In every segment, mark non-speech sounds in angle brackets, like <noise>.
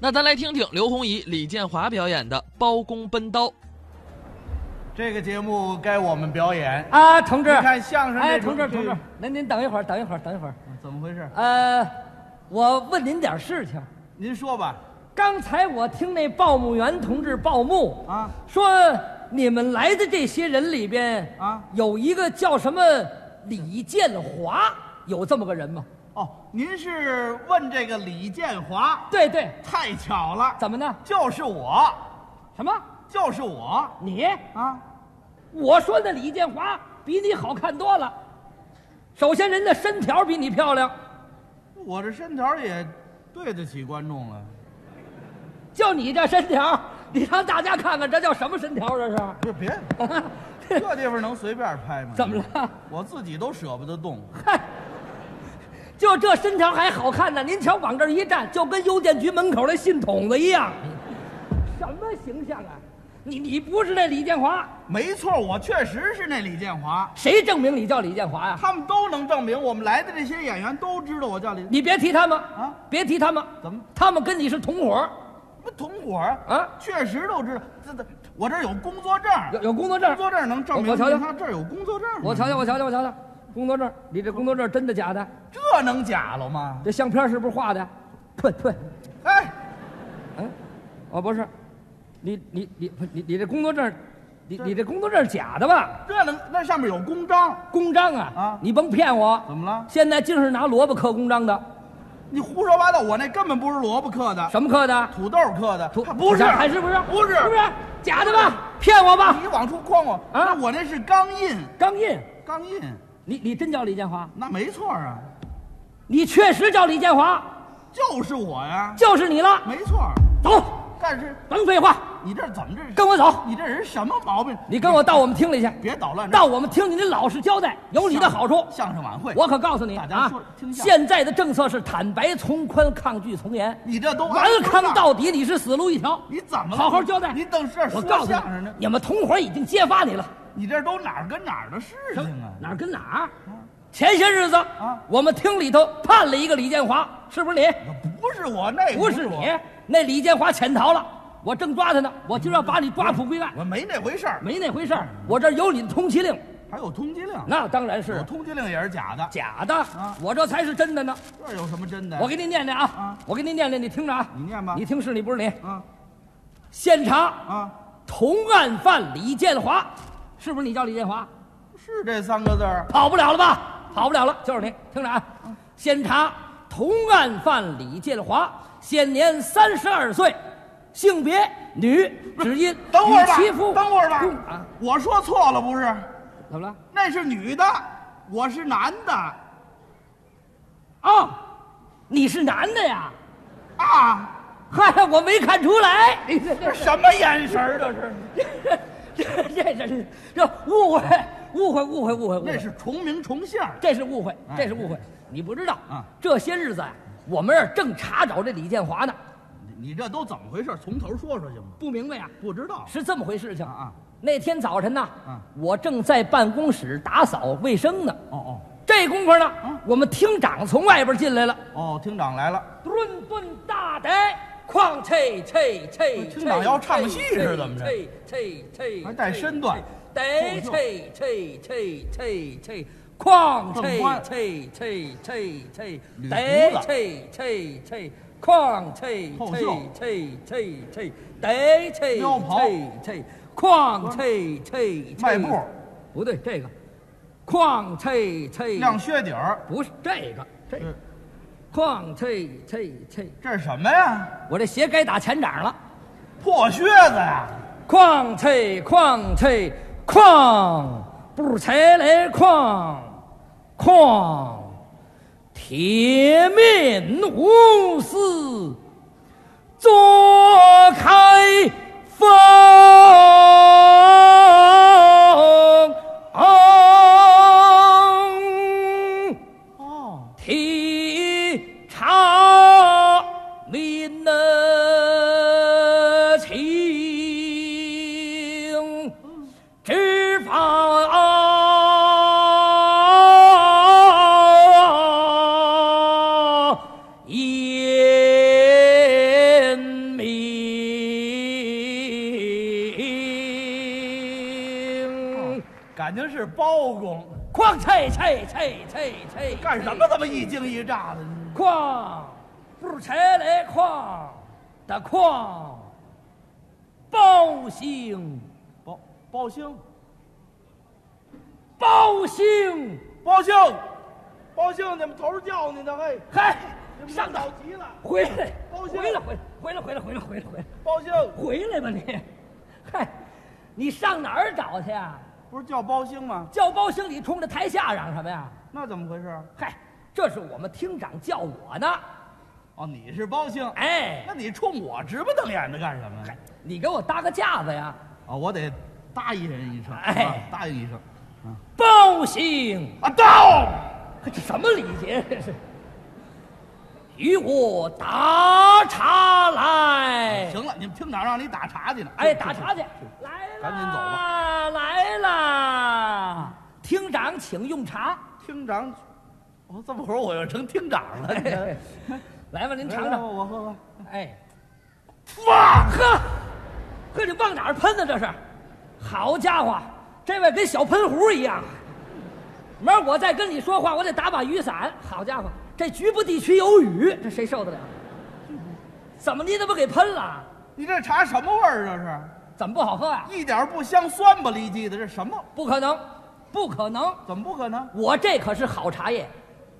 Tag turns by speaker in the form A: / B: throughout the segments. A: 那咱来听听刘洪怡、李建华表演的《包公奔刀》。
B: 这个节目该我们表演。
C: 啊，同志，
B: 你看相声
C: 哎，
B: 这种
C: 同志，
B: 这
C: 同志，您您等一会儿，等一会儿，等一会儿。
B: 怎么回事？
C: 呃，我问您点事情。
B: 您说吧。
C: 刚才我听那报幕员同志报幕
B: 啊
C: 说你们来的这些人里边
B: 啊
C: 有一个叫什么李建华，有这么个人吗？
B: 哦，您是问这个李建华？
C: 对对，
B: 太巧了，
C: 怎么呢？
B: 就是我，
C: 什么？
B: 就是我
C: 你？
B: 啊！
C: 我说的李建华比你好看多了。首先，人的身条比你漂亮，
B: 我这身条也对得起观众了。
C: 就你这身条，你让大家看看这叫什么身条？这是？
B: 不是
C: <laughs>
B: 别，这地方能随便拍吗？
C: 怎么了？
B: 我自己都舍不得动。
C: 嗨，就这身条还好看呢！您瞧往这儿一站，就跟邮电局门口那信筒子一样，什么形象啊？你你不是那李建华，
B: 没错，我确实是那李建华。
C: 谁证明你叫李建华呀、
B: 他们都能证明，我们来的这些演员都知道我叫李，
C: 你别提他们
B: 啊
C: 别提他们，
B: 怎么
C: 他们跟你是同伙儿，
B: 不同伙儿
C: 啊
B: 确实都知道。这这，我这儿有工作证儿，
C: 有有工作证
B: 工，作证能证明
C: 我我瞧瞧
B: 他这儿有工作证儿。
C: 我瞧瞧，我瞧瞧，我瞧瞧，工作证，你这工作证真的假的？
B: 这能假了吗？
C: 这相片是不是画的？呸呸，
B: 哎，
C: 哎，哦不是，你你你你你这工作证，你你这工作证假的吧？
B: 这能那上面有公章，
C: 公章啊！
B: 啊
C: 你甭骗我！
B: 怎么了
C: 现在净是拿萝卜刻公章的，
B: 你胡说八道！我那根本不是萝卜刻的，
C: 什么刻的？
B: 土豆刻的，
C: 土
B: 它不是，
C: 还是不是？
B: 不是
C: 是不是假的吧？骗我吧！
B: 你往出诓我
C: 啊
B: 那我那是钢印，
C: 钢印，
B: 钢印，
C: 你你真叫李建华？
B: 那没错啊，
C: 你确实叫李建华，
B: 就是我呀，
C: 就是你了。
B: 没错。
C: 走，
B: 但是
C: 甭废话，
B: 你这怎么这？
C: 跟我走。
B: 你这人什么毛病？
C: 你跟我到我们厅里去，
B: 别捣乱，
C: 到我们厅里你老实交代，有你的好处。
B: 相声晚会，
C: 我可告诉你
B: 哎大家
C: 啊
B: 说听，相声
C: 现在的政策是坦白从宽，抗拒从严。
B: 你这都
C: 顽抗到底，你是死路一条。
B: 你怎么了
C: 好好交代？
B: 你等这儿
C: 我
B: 说
C: 告诉
B: 相声
C: 你
B: 呢，
C: 你们同伙已经揭发你了。
B: 你这都哪儿跟哪儿的事情啊？
C: 哪儿跟哪儿？前些日子
B: 啊
C: 我们厅里头判了一个李建华，是不是你？
B: 不是我，那
C: 不是
B: 我
C: 你，那李建华潜逃了，我正抓他呢，我就要把你抓捕归案。
B: 我没那回事儿，
C: 没那回事儿，我这儿有你的通缉令，
B: 还有通缉令，
C: 那当
B: 嗯
C: 然
B: 我
C: 是
B: 通缉令也是假的，
C: 假的，我这才是真的呢。
B: 这有什么真的？
C: 我给你念念啊
B: 啊，
C: 我给你念念，你听着啊，
B: 你念吧
C: 你听是你不是你？
B: 啊
C: 现查
B: 啊，
C: 同案犯李建华，是不是你叫李建华？
B: 是这三个字儿，
C: 跑不了了吧？跑不了了，就是你，听着啊！先查同案犯李建华，现年三十二岁，性别女，只因
B: 嗯等会儿
C: 与其夫
B: 吧，等会儿
C: 共
B: 吧
C: 啊，，
B: 我说错了不是？
C: 怎么了？
B: 那是女的，我是男的
C: 哦，你是男的呀？
B: 啊，
C: 嗨，我没看出来， <laughs> 你这
B: 这什么眼神儿这是？
C: 这这这这这误会，误会，误会，误会，误
B: 那
C: 会，
B: 是重名重姓儿，
C: 这是误会，
B: 哎
C: 这是误会，你不知道
B: 啊
C: 这些日子呀，我们这儿正查找这李建华呢，
B: 你你这都怎么回事？从头说说行吗？
C: 不明白呀？啊
B: 不知道
C: 是这么回事情
B: 啊啊
C: 那天早晨呢，
B: 啊
C: 我正在办公室打扫卫生呢。
B: 哦
C: 这功夫呢，
B: 啊
C: 我们厅长从外边进来了，
B: 哦哦，厅长来了，
C: 顿顿大呆，哐啐啐啐。
B: 厅长要唱戏是怎么着
C: 啐啐啐，
B: 还带身段嚯
C: 啐啐啐啐啐啐，哐
B: 这么
C: 啐
B: 宽
C: 啐啐啐啐，
B: 捋
C: 啐
B: 胡子
C: 啐啐啐，哐啐
B: 后
C: 啐
B: 袖
C: 啐啐啐，啐啐
B: 撩袍
C: 啐啐，哐啐啐啐，
B: 迈步
C: 不对，这个，哐啐啐，
B: 亮靴底儿，嗯
C: 不是这个，这个
B: 这，
C: 哐啐啐啐，
B: 这是什么呀？
C: 我这鞋该打前掌了。
B: 破靴子呀！
C: 哐啐哐啐哐，不踩来哐哐，铁面无私，坐开封。
B: 哦，
C: 体察民的情，执法严。
B: 嗯感情是包公，
C: 哐啐啐啐啐啐，
B: 干什么？这么一惊一乍的？
C: 哐，不柴来哐的哐，包兴
B: 包包兴，
C: 包兴，
B: 包兴，包兴，你们头儿叫你呢，嘿，
C: 嗨，
B: 你们
C: 上
B: 着
C: 岛
B: 急了，
C: 回来，
B: 包兴
C: 回来，回来，回来，回来，回来，回来，回来，
B: 包兴
C: 回来吧你， <laughs> 嗨，你上哪儿找去啊？
B: 不是叫包兴吗？
C: 叫包兴，你冲着台下嚷什么呀？
B: 那怎么回事？
C: 嗨，这是我们厅长叫我呢。
B: 哦，你是包兴，
C: 哎，
B: 那你冲我直不瞪眼的干什么呀？
C: 你给我搭个架子呀！
B: 啊，我得答应人一声，
C: 哎
B: 啊答应一声，
C: 包兴，
B: 啊，到，
C: <laughs> 这什么礼节？这是与我打茶来。
B: 行了，你们厅长让你打茶去呢，
C: 哎，打茶去，来啦，
B: 赶紧走
C: 吧，来啦！厅长，请用茶。
B: 厅长，哦，这么会儿我又成厅长了，你看
C: 来吧，您尝
B: 来来
C: 尝。
B: 我喝喝，
C: 哎，
B: 哇，
C: 呵，呵，你往哪儿喷呢？这是，好家伙，这位跟小喷壶一样。明儿我再跟你说话，我得打把雨伞。好家伙，这局部地区有雨，这谁受得了？怎么你怎么给喷了？
B: 你这茶什么味儿？这
C: 怎么不好喝呀、
B: 是一点儿不香，酸不离叽的，这什么？
C: 不可能，不可能！
B: 怎么不可能？
C: 我这可是好茶叶，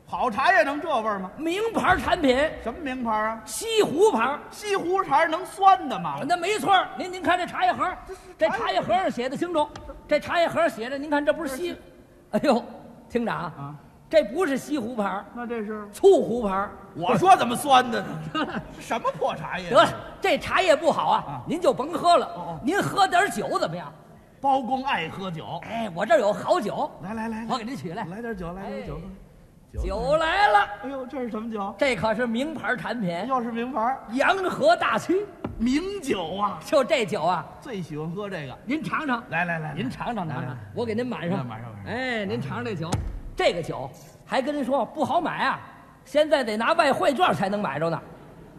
B: 好茶也能这味儿吗？
C: 名牌产品，
B: 什么名牌啊？
C: 西湖牌。
B: 西湖茶能酸的吗？
C: 那没错儿，您您看这茶叶盒儿，这茶叶盒儿上写的清楚，这茶叶盒儿写着，您看这不是西，哎呦，厅长，
B: 啊
C: 这不是西湖牌儿，
B: 那这
C: <laughs>
B: 是
C: 醋湖牌儿。
B: 我说怎么酸的
C: <laughs>
B: 呢？什么破茶叶？
C: 得了，，这茶叶不好啊，
B: 啊
C: 您就甭喝了，
B: 哦哦
C: 您喝点酒怎么样？
B: 包公爱喝酒。
C: 哎，我这儿有好酒，
B: 来来来，
C: 我给您取来。哎
B: 来点酒，来点酒。
C: 酒来了，
B: 哎呦，这是什么酒？
C: 这可是名牌产品，
B: 要是名牌
C: 洋河大曲。
B: 名酒啊，
C: 就这酒啊，
B: 最喜欢喝这个。
C: 您尝尝，
B: 来来来，
C: 您尝尝，
B: 来
C: 尝
B: 来
C: 尝，我给您满
B: 来
C: 上，
B: 哎满上满上
C: 哎，您尝尝这酒，这个酒还跟您说不好买啊，现在得拿外汇券才能买着呢，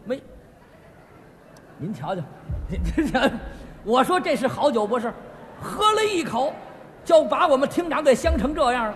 C: 没。您瞧瞧，您您瞧，我说这是好酒不是？喝了一口，就把我们厅长给香成这样了。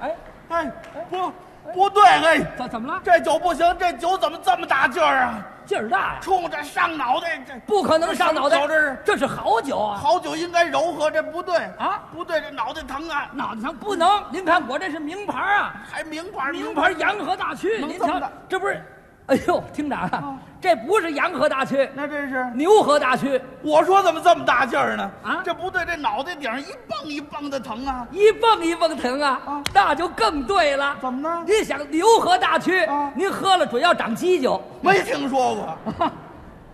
C: 哎，
B: 哎，不不对，哎，
C: 怎怎么了？
B: 这酒不行，这酒怎么这么大劲儿啊？
C: 劲儿大呀！
B: 冲着上脑袋，这
C: 不可能上脑袋
B: 这什么酒这是，
C: 这是好酒啊！
B: 好酒应该柔和，这不对
C: 啊，
B: 不对，这脑袋疼啊，
C: 脑袋上不能，您看我这是名牌啊！
B: 还名牌
C: 名牌洋河大曲，
B: 能
C: 您
B: 这么
C: 瞧
B: 大，哦
C: 这不是，哎呦，厅长啊，这不是洋河大曲，
B: 那这是
C: 牛河大曲，
B: 我说怎么这么大劲儿呢？
C: 啊
B: 这不对，这脑袋顶上一蹦一蹦的疼啊！
C: 一蹦一蹦疼啊
B: 啊，
C: 那就更对了。
B: 怎么呢
C: 您想牛河大曲
B: 啊，
C: 您喝了准要长犄
B: <laughs>
C: 角，
B: 没听说过，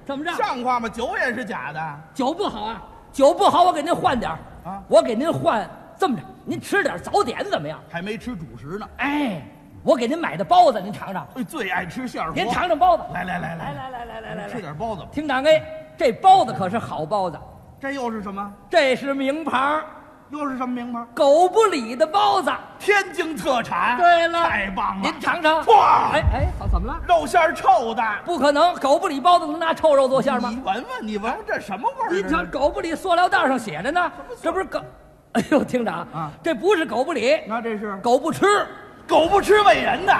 C: 怎么着？
B: 像话吗？酒也是假的，
C: 酒不好啊，酒不好，我给您换点儿
B: 啊
C: 我给您换这么着，您吃点早点怎么样？
B: 还没吃主食呢。
C: 哎，我给您买的包子，您尝尝，
B: 哎，最爱吃馅儿
C: 您
B: 糊。
C: 尝尝包子。
B: 来来来来
C: 来来来来来来
B: 吃
C: 来，
B: 点包子吧。
C: 厅长哎，这包子可是好包子，
B: 这又是什么？
C: 这是名牌儿。
B: 又是什么名牌？
C: 狗不理的包子。
B: 天津特产。
C: 对了
B: 太棒了！
C: 您尝尝。
B: 哇，
C: 哎哎，好，怎么了？
B: 肉馅儿臭的。
C: 不可能，狗不理包子能拿臭肉做馅儿吗
B: 你？闻闻，你闻闻这什么味儿？
C: 您瞧，狗不理塑料袋上写着呢，这不是狗？ <laughs> 哎呦，厅长，
B: 啊
C: 这不是狗不理，
B: 那这是
C: 狗不吃， <laughs>
B: 狗不吃喂人的，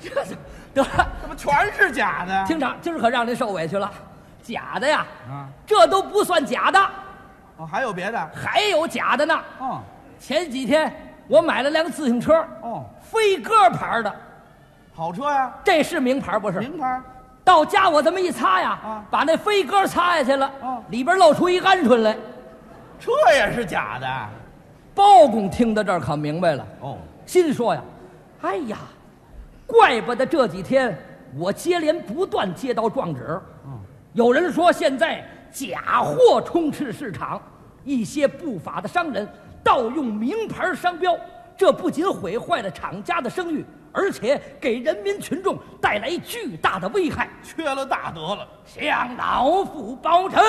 C: 这就得了。
B: 这不全是假的？
C: 厅长，今儿可让您受委屈了，假的呀，
B: 啊
C: 这都不算假的，
B: 哦，还有别的？
C: 还有假的呢。
B: 哦
C: 前几天我买了辆自行车，
B: 哦，
C: 飞鸽牌的，
B: 好车呀，
C: 这是名牌不是？
B: 名牌。
C: 到家我这么一擦呀，
B: 啊
C: 把那飞鸽擦下去了，
B: 哦
C: 里边露出一鹌鹑来。
B: 这也是假的
C: 包公听到这儿可明白了，
B: 哦，
C: 心说呀：“哎呀，怪不得这几天我接连不断接到状纸。有人说现在假货充斥市场，一些不法的商人盗用名牌商标，这不仅毁坏了厂家的声誉，而且给人民群众带来巨大的危害。”
B: 缺了大德了。
C: 向老父保臣，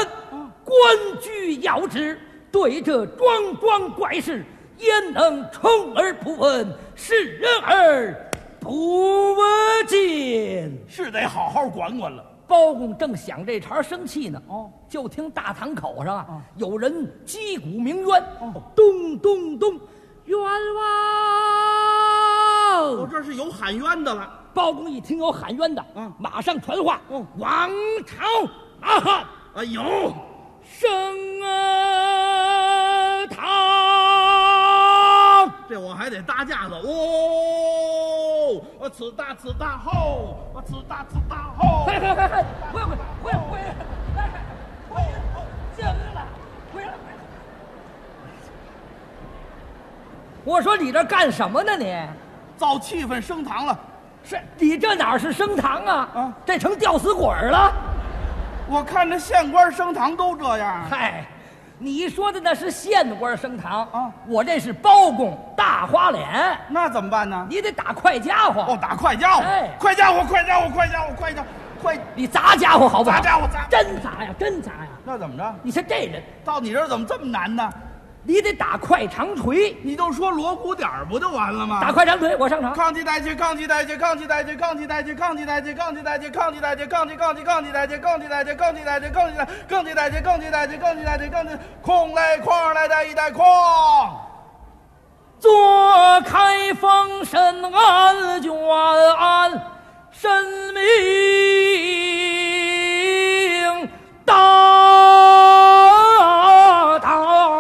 C: 官居要职，对这桩桩怪事焉能充耳不闻，视而不进。
B: 是得好好管管了。
C: 包公正想这茬儿生气呢，哦，就听大堂口上啊有人击鼓鸣冤，咚咚咚，冤
B: 我
C: 枉！
B: 哦这是有喊冤的了。
C: 包公一听有喊冤的，
B: 嗯
C: 马上传话，
B: 嗯
C: 王朝阿汉
B: 啊，有
C: 生啊堂。
B: 这我还得搭架子哦。我此大此大后，我此大此大后
C: 快快快快，快快快回来！回来！进来！回来！我说你这干什么呢你？
B: 造气氛升堂了。
C: 是你这哪是升堂啊？
B: 啊
C: 这成吊死鬼儿了！
B: 我看这县官升堂都这样，
C: 嗨，你说的那是县官升堂
B: 啊
C: 我这是包公大花脸，
B: 那怎么办呢？
C: 你得打快家伙，
B: 哦，打快家伙
C: 哎，
B: 快家伙，快家伙，快家伙，快家伙，快！
C: 你砸家伙好不好？
B: 砸家伙砸
C: 真砸呀，真砸呀！
B: 那怎么着？
C: 你瞧这人，
B: 到你这儿怎么这么难呢？
C: 你得打快长锤，
B: 你就说锣鼓点儿不就完了吗？
C: 打快长锤，我上场。
B: 抗击带去，抗击带去，抗击带去，抗击带去，抗击带去，抗击带去，抗击带去，抗击抗击抗击带去，抗击带去，抗击带去，抗击带，抗击带去，抗击带去，抗击带去，抗击空来框来带一带框。
C: 坐开封深安卷安深明大道，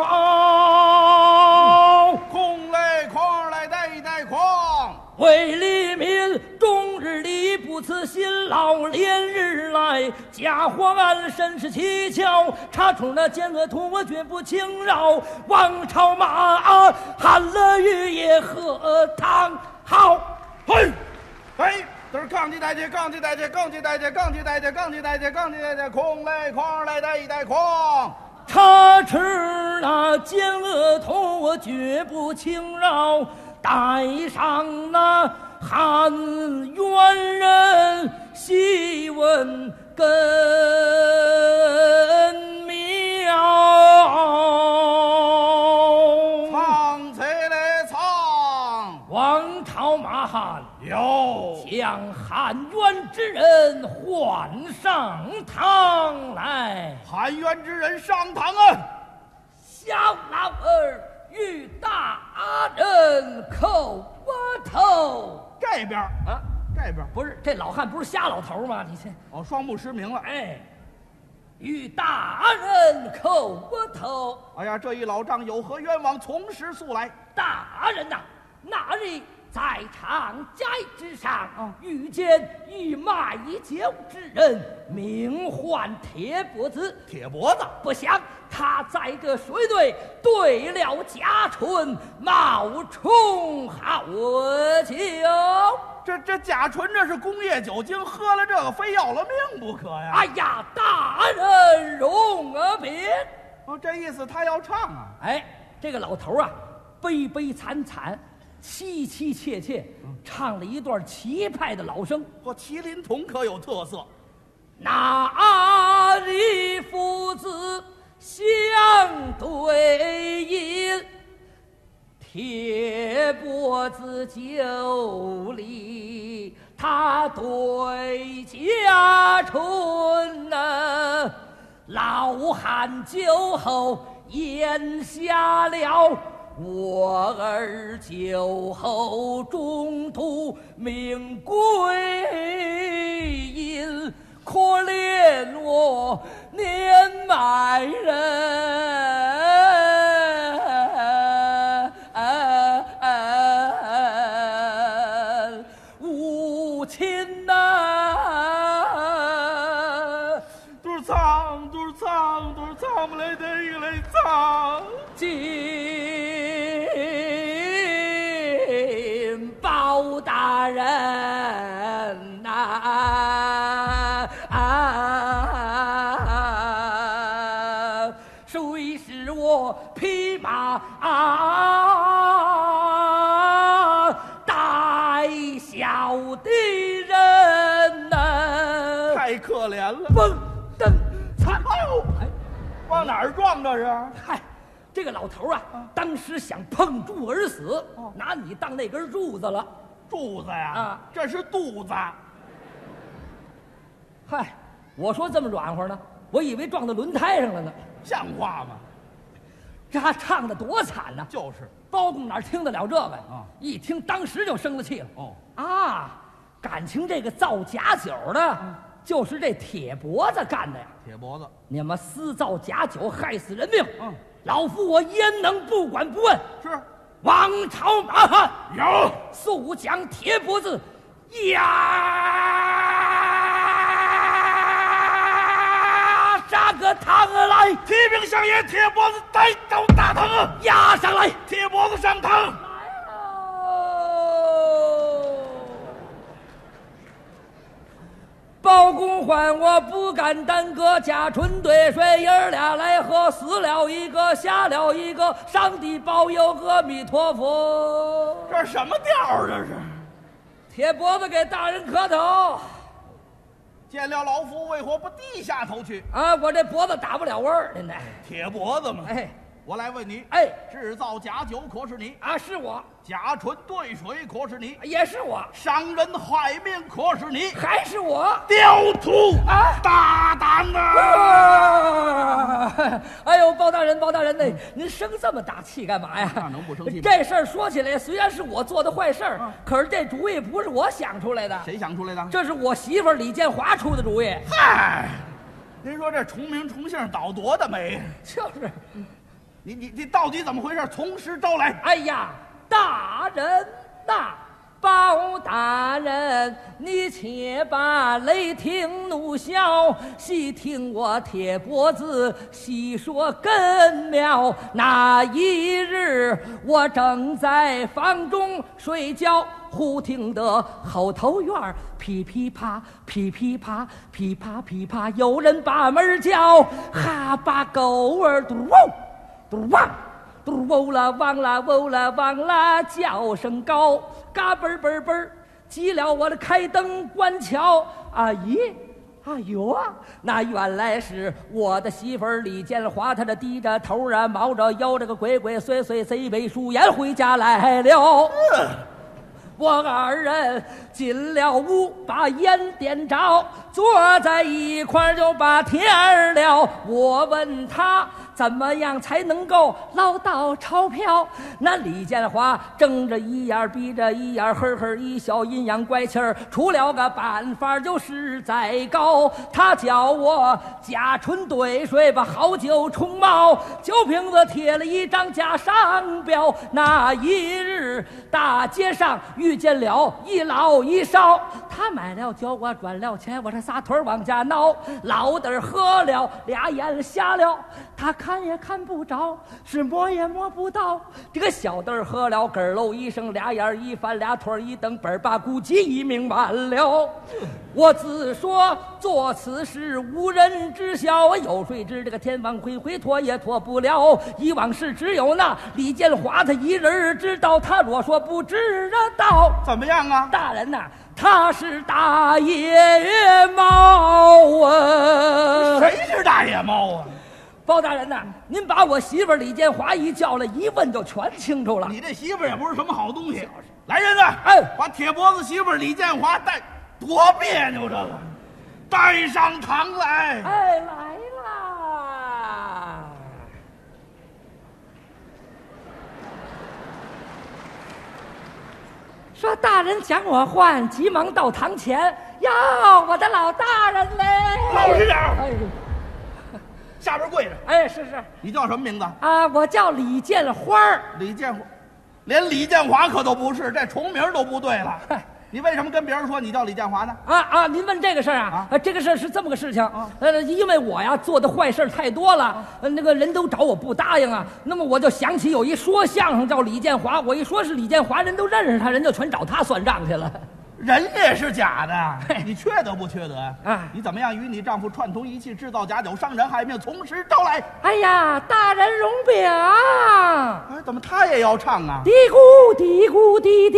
B: 空来框来带一带框，
C: 为利民终日里不辞辛劳，连日来家荒安身是蹊跷，查处那奸恶徒我绝不轻饶。王朝马喊了玉也喝汤好，
B: 嘿，嘿，哎都是抗击带去，抗击带去，抗击带去，抗击带去，抗击带去，抗击带去，空来框来带一带框。
C: 他吃那奸恶徒我绝不轻饶，带上那喊冤人细问根苗。
B: 藏起来藏，
C: 王朝马汉
B: 有
C: 将喊冤之人唤上堂来。
B: 含冤之人上堂啊！
C: 小老儿与大人叩我头
B: 这边儿
C: 啊！
B: 这边儿
C: 不是这老汉不是瞎老头吗？你这
B: 哦，双目失明了。
C: 哎，与大人叩我头，
B: 哎呀，这一老丈有何冤枉？从实诉来。
C: 大人呐、那日在长街之上、遇见一卖一酒之人，名唤铁脖子。
B: 铁脖子，
C: 不想他在这水内兑了甲醇，冒充好啊酒。
B: 这这甲醇这是工业酒精，喝了这个非要了命不可呀！
C: 哎呀，大人容而别。
B: 哦，这意思他要唱啊。
C: 哎，这个老头啊，悲悲惨惨，凄凄切切，唱了一段奇派的老生。
B: 我哦麒麟童可有特色，
C: 那里父子相对饮，铁脖子酒里他对家春呐、老汉酒后咽下了。我儿酒后中途命归阴，可怜我年迈人，无亲呐、
B: 嘟儿唱，嘟儿唱，嘟儿唱不来得一来唱。
C: 金包大人呐、啊，谁是我匹马带小的人呐、
B: 太可怜了，
C: 蹦蹬踩。
B: 哎呦，往哪儿撞这是？
C: 嗨，这个老头儿啊，当时想碰柱而死，拿你当那根柱子了。
B: 柱子呀，
C: 啊
B: 这是肚子，
C: 嗨，我说这么软和呢，我以为撞到轮胎上了呢。
B: 像话吗？
C: 这还唱的多惨呐！
B: 就是，
C: 包公哪听得了这个呀？
B: 啊
C: 一听当时就生了气了。
B: 哦，
C: 啊，感情这个造假酒的，就是这铁脖子干的呀！
B: 铁脖子，
C: 你们私造假酒，害死人命。
B: 嗯
C: 老夫我焉能不管不问？
B: 是
C: 王朝马汉
B: 有
C: 速将铁脖子压杀个堂而来，
B: 提兵相爷，铁脖子带刀大堂啊，
C: 压上来！
B: 铁脖子上堂。
C: 来喽！包公唤我不敢耽搁，贾纯对水爷儿俩来喝，死了一个，瞎了一个，上帝保佑，阿弥陀佛。
B: 这是什么调儿？啊这是
C: 铁脖子给大人磕头
B: 见了老夫为何不低下头去？
C: 啊！我这脖子打不了弯儿，您呢？
B: 铁脖子嘛。
C: 哎
B: 我来问你，
C: 哎
B: 制造假酒可是你？
C: 啊，是我，
B: 假唇兑水可是你？
C: 也是我，
B: 伤人害命可是你？
C: 还是我。
B: 刁徒
C: 啊
B: 大胆啊！
C: 啊！哎呦，包大人，包大人呐，您生这么大气干嘛呀？
B: 嗯那能不生气吗嗯
C: 这事儿说起来，虽然是我做的坏事儿，可是这主意不是我想出来的，
B: 谁想出来的？
C: 这是我媳妇儿李建华出的主意。
B: 嗨，您说这重名重姓倒多的美，
C: 就是，
B: 你你你到底怎么回事？从实招来。
C: 哎呀，大人呐，包大人，你且把雷霆怒啸，细听我铁脖子细说根苗。那一日，我正在房中睡觉，忽听得后头院儿噼噼啪、噼噼啪、噼啪噼啪，有人把门儿叫，哈巴狗儿嘟喔嘟汪。嘟喔啦汪啦喔啦汪啦，叫声高，嘎嘣儿嘣儿嘣儿，急了我的开灯关桥，啊咦。啊有啊，那原来是我的媳妇儿李建华，她这低着头啊，毛着腰，这个鬼鬼祟祟，贼眉鼠眼回家来了。我二人进了屋，把烟点着，坐在一块儿就把天儿聊。我问他怎么样才能够捞到钞票？那李建华睁着一眼儿闭着一眼儿，呵呵一笑，阴阳怪气儿，出了个办法儿就是在高。他叫我贾纯兑水，把好酒冲冒，酒瓶子贴了一张假商标。那一日，大街上遇见了一老一少，他买了酒，我转了钱，我这撒腿儿往家挠，老的儿喝了，俩眼瞎了，他看也看不着，是摸也摸不到。这个小的儿喝了，嗝儿喽一声，俩眼儿一翻，俩腿儿一蹬，本儿把估计一命完了。我自说做此事无人知晓，我有谁知这个天网恢恢，脱也脱不了。以往事只有那李建华他一人儿知道，他若说不知道，
B: 怎么样啊？
C: 大人呐、他是大野猫啊！
B: 谁是大野猫啊？
C: 包大人呐、您把我媳妇儿李建华一叫来，一问就全清楚了。
B: 你这媳妇儿也不是什么好东西。来人呐，
C: 哎
B: 把铁脖子媳妇儿李建华带，多别扭这个，带上堂来。
C: 哎，来啦！说大人讲我换，急忙到堂前，哟，我的老大人嘞！
B: 老实点儿
C: 哎呦
B: 下边跪着。
C: 哎，是是
B: 你叫什么名字？
C: 啊，我叫李建花儿。
B: 李建华，连李建华可都不是，这重名都不对了
C: 嗨。
B: 你为什么跟别人说你叫李建华呢？
C: 啊啊！您问这个事儿啊
B: 啊？
C: 呃这个事儿是这么个事情，呃，因为我呀做的坏事儿太多了，呃，那个人都找我不答应啊。那么我就想起有一说相声叫李建华，我一说是李建华，人都认识他，人就全找他算账去了。
B: 人也是假的
C: 嘿，
B: 你缺德不缺德呀？
C: 啊
B: 你怎么样与你丈夫串通一气，制造假酒，伤人害命，从实招来？
C: 哎呀，大人容禀。
B: 哎，怎么他也要唱啊？
C: 嘀咕嘀咕嘀嘀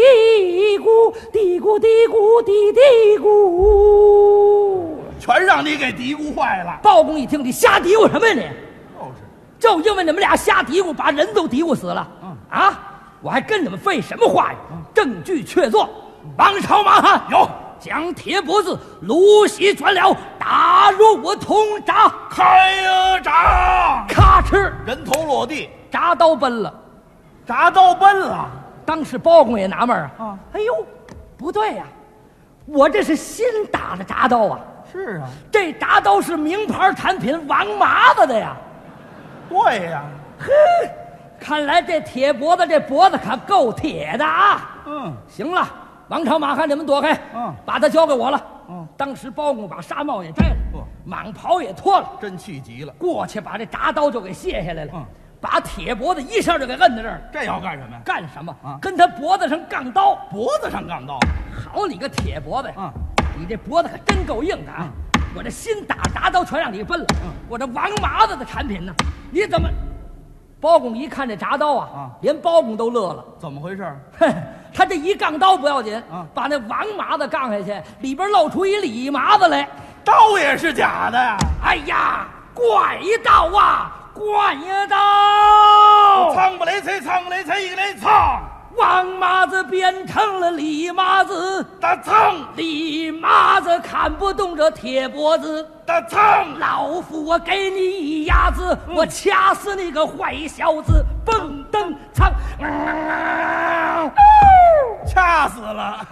C: 咕，嘀咕嘀咕嘀嘀咕。
B: 全让你给嘀咕坏了。
C: 包公一听，你瞎嘀咕什么呀你？
B: 就是，
C: 就因为你们俩瞎嘀咕，把人都嘀咕死了。
B: 嗯
C: 啊，我还跟你们废什么话呀？证据确凿，王朝马汉有，将铁脖子、芦席卷了，打入我铜闸，
B: 开闸，
C: 咔哧，
B: 人头落地，
C: 铡刀奔了。
B: 铡刀奔了。
C: 当时包公也纳闷儿啊
B: 啊，
C: 哎呦，不对呀、我这是新打的铡刀啊，
B: 是啊，
C: 这铡刀是名牌产品王麻子的呀。
B: 对呀、
C: 看来这铁脖子这脖子可够铁的啊！
B: 嗯，
C: 行了，王朝马汉，你们躲开，
B: 嗯
C: 把他交给我了。
B: 嗯，
C: 当时包公把纱帽也摘了，
B: 哦
C: 蟒袍也脱了，
B: 真气急了。
C: 过去把这铡刀就给卸下来了，
B: 嗯
C: 把铁脖子一下就给摁在这儿了。
B: 这要干什么呀？
C: 干什么？
B: 啊
C: 跟他脖子上杠刀。
B: 脖子上杠刀。
C: 好你个铁脖子呀！
B: 嗯
C: 你这脖子可真够硬的啊！我这新打铡刀全让你给奔了，
B: 嗯
C: 我这王麻子的产品呢？你怎么？包公一看这铡刀啊，
B: 啊
C: 连包公都乐了。
B: 怎么回事？
C: 哼， <laughs> 他这一杠刀不要紧，
B: 啊
C: 把那王麻子杠下去，里边露出一李麻子来。
B: 刀也是假的呀！
C: 哎呀，怪道啊，怪道！
B: 苍不雷催，苍不雷催，一个雷苍，
C: 王麻子变成了李麻子，
B: 大苍
C: 李麻子砍不动这铁脖子。
B: 大苍，
C: 老夫我给你一鸭子，我掐死你个坏小子！蹦蹬苍，
B: 掐死了！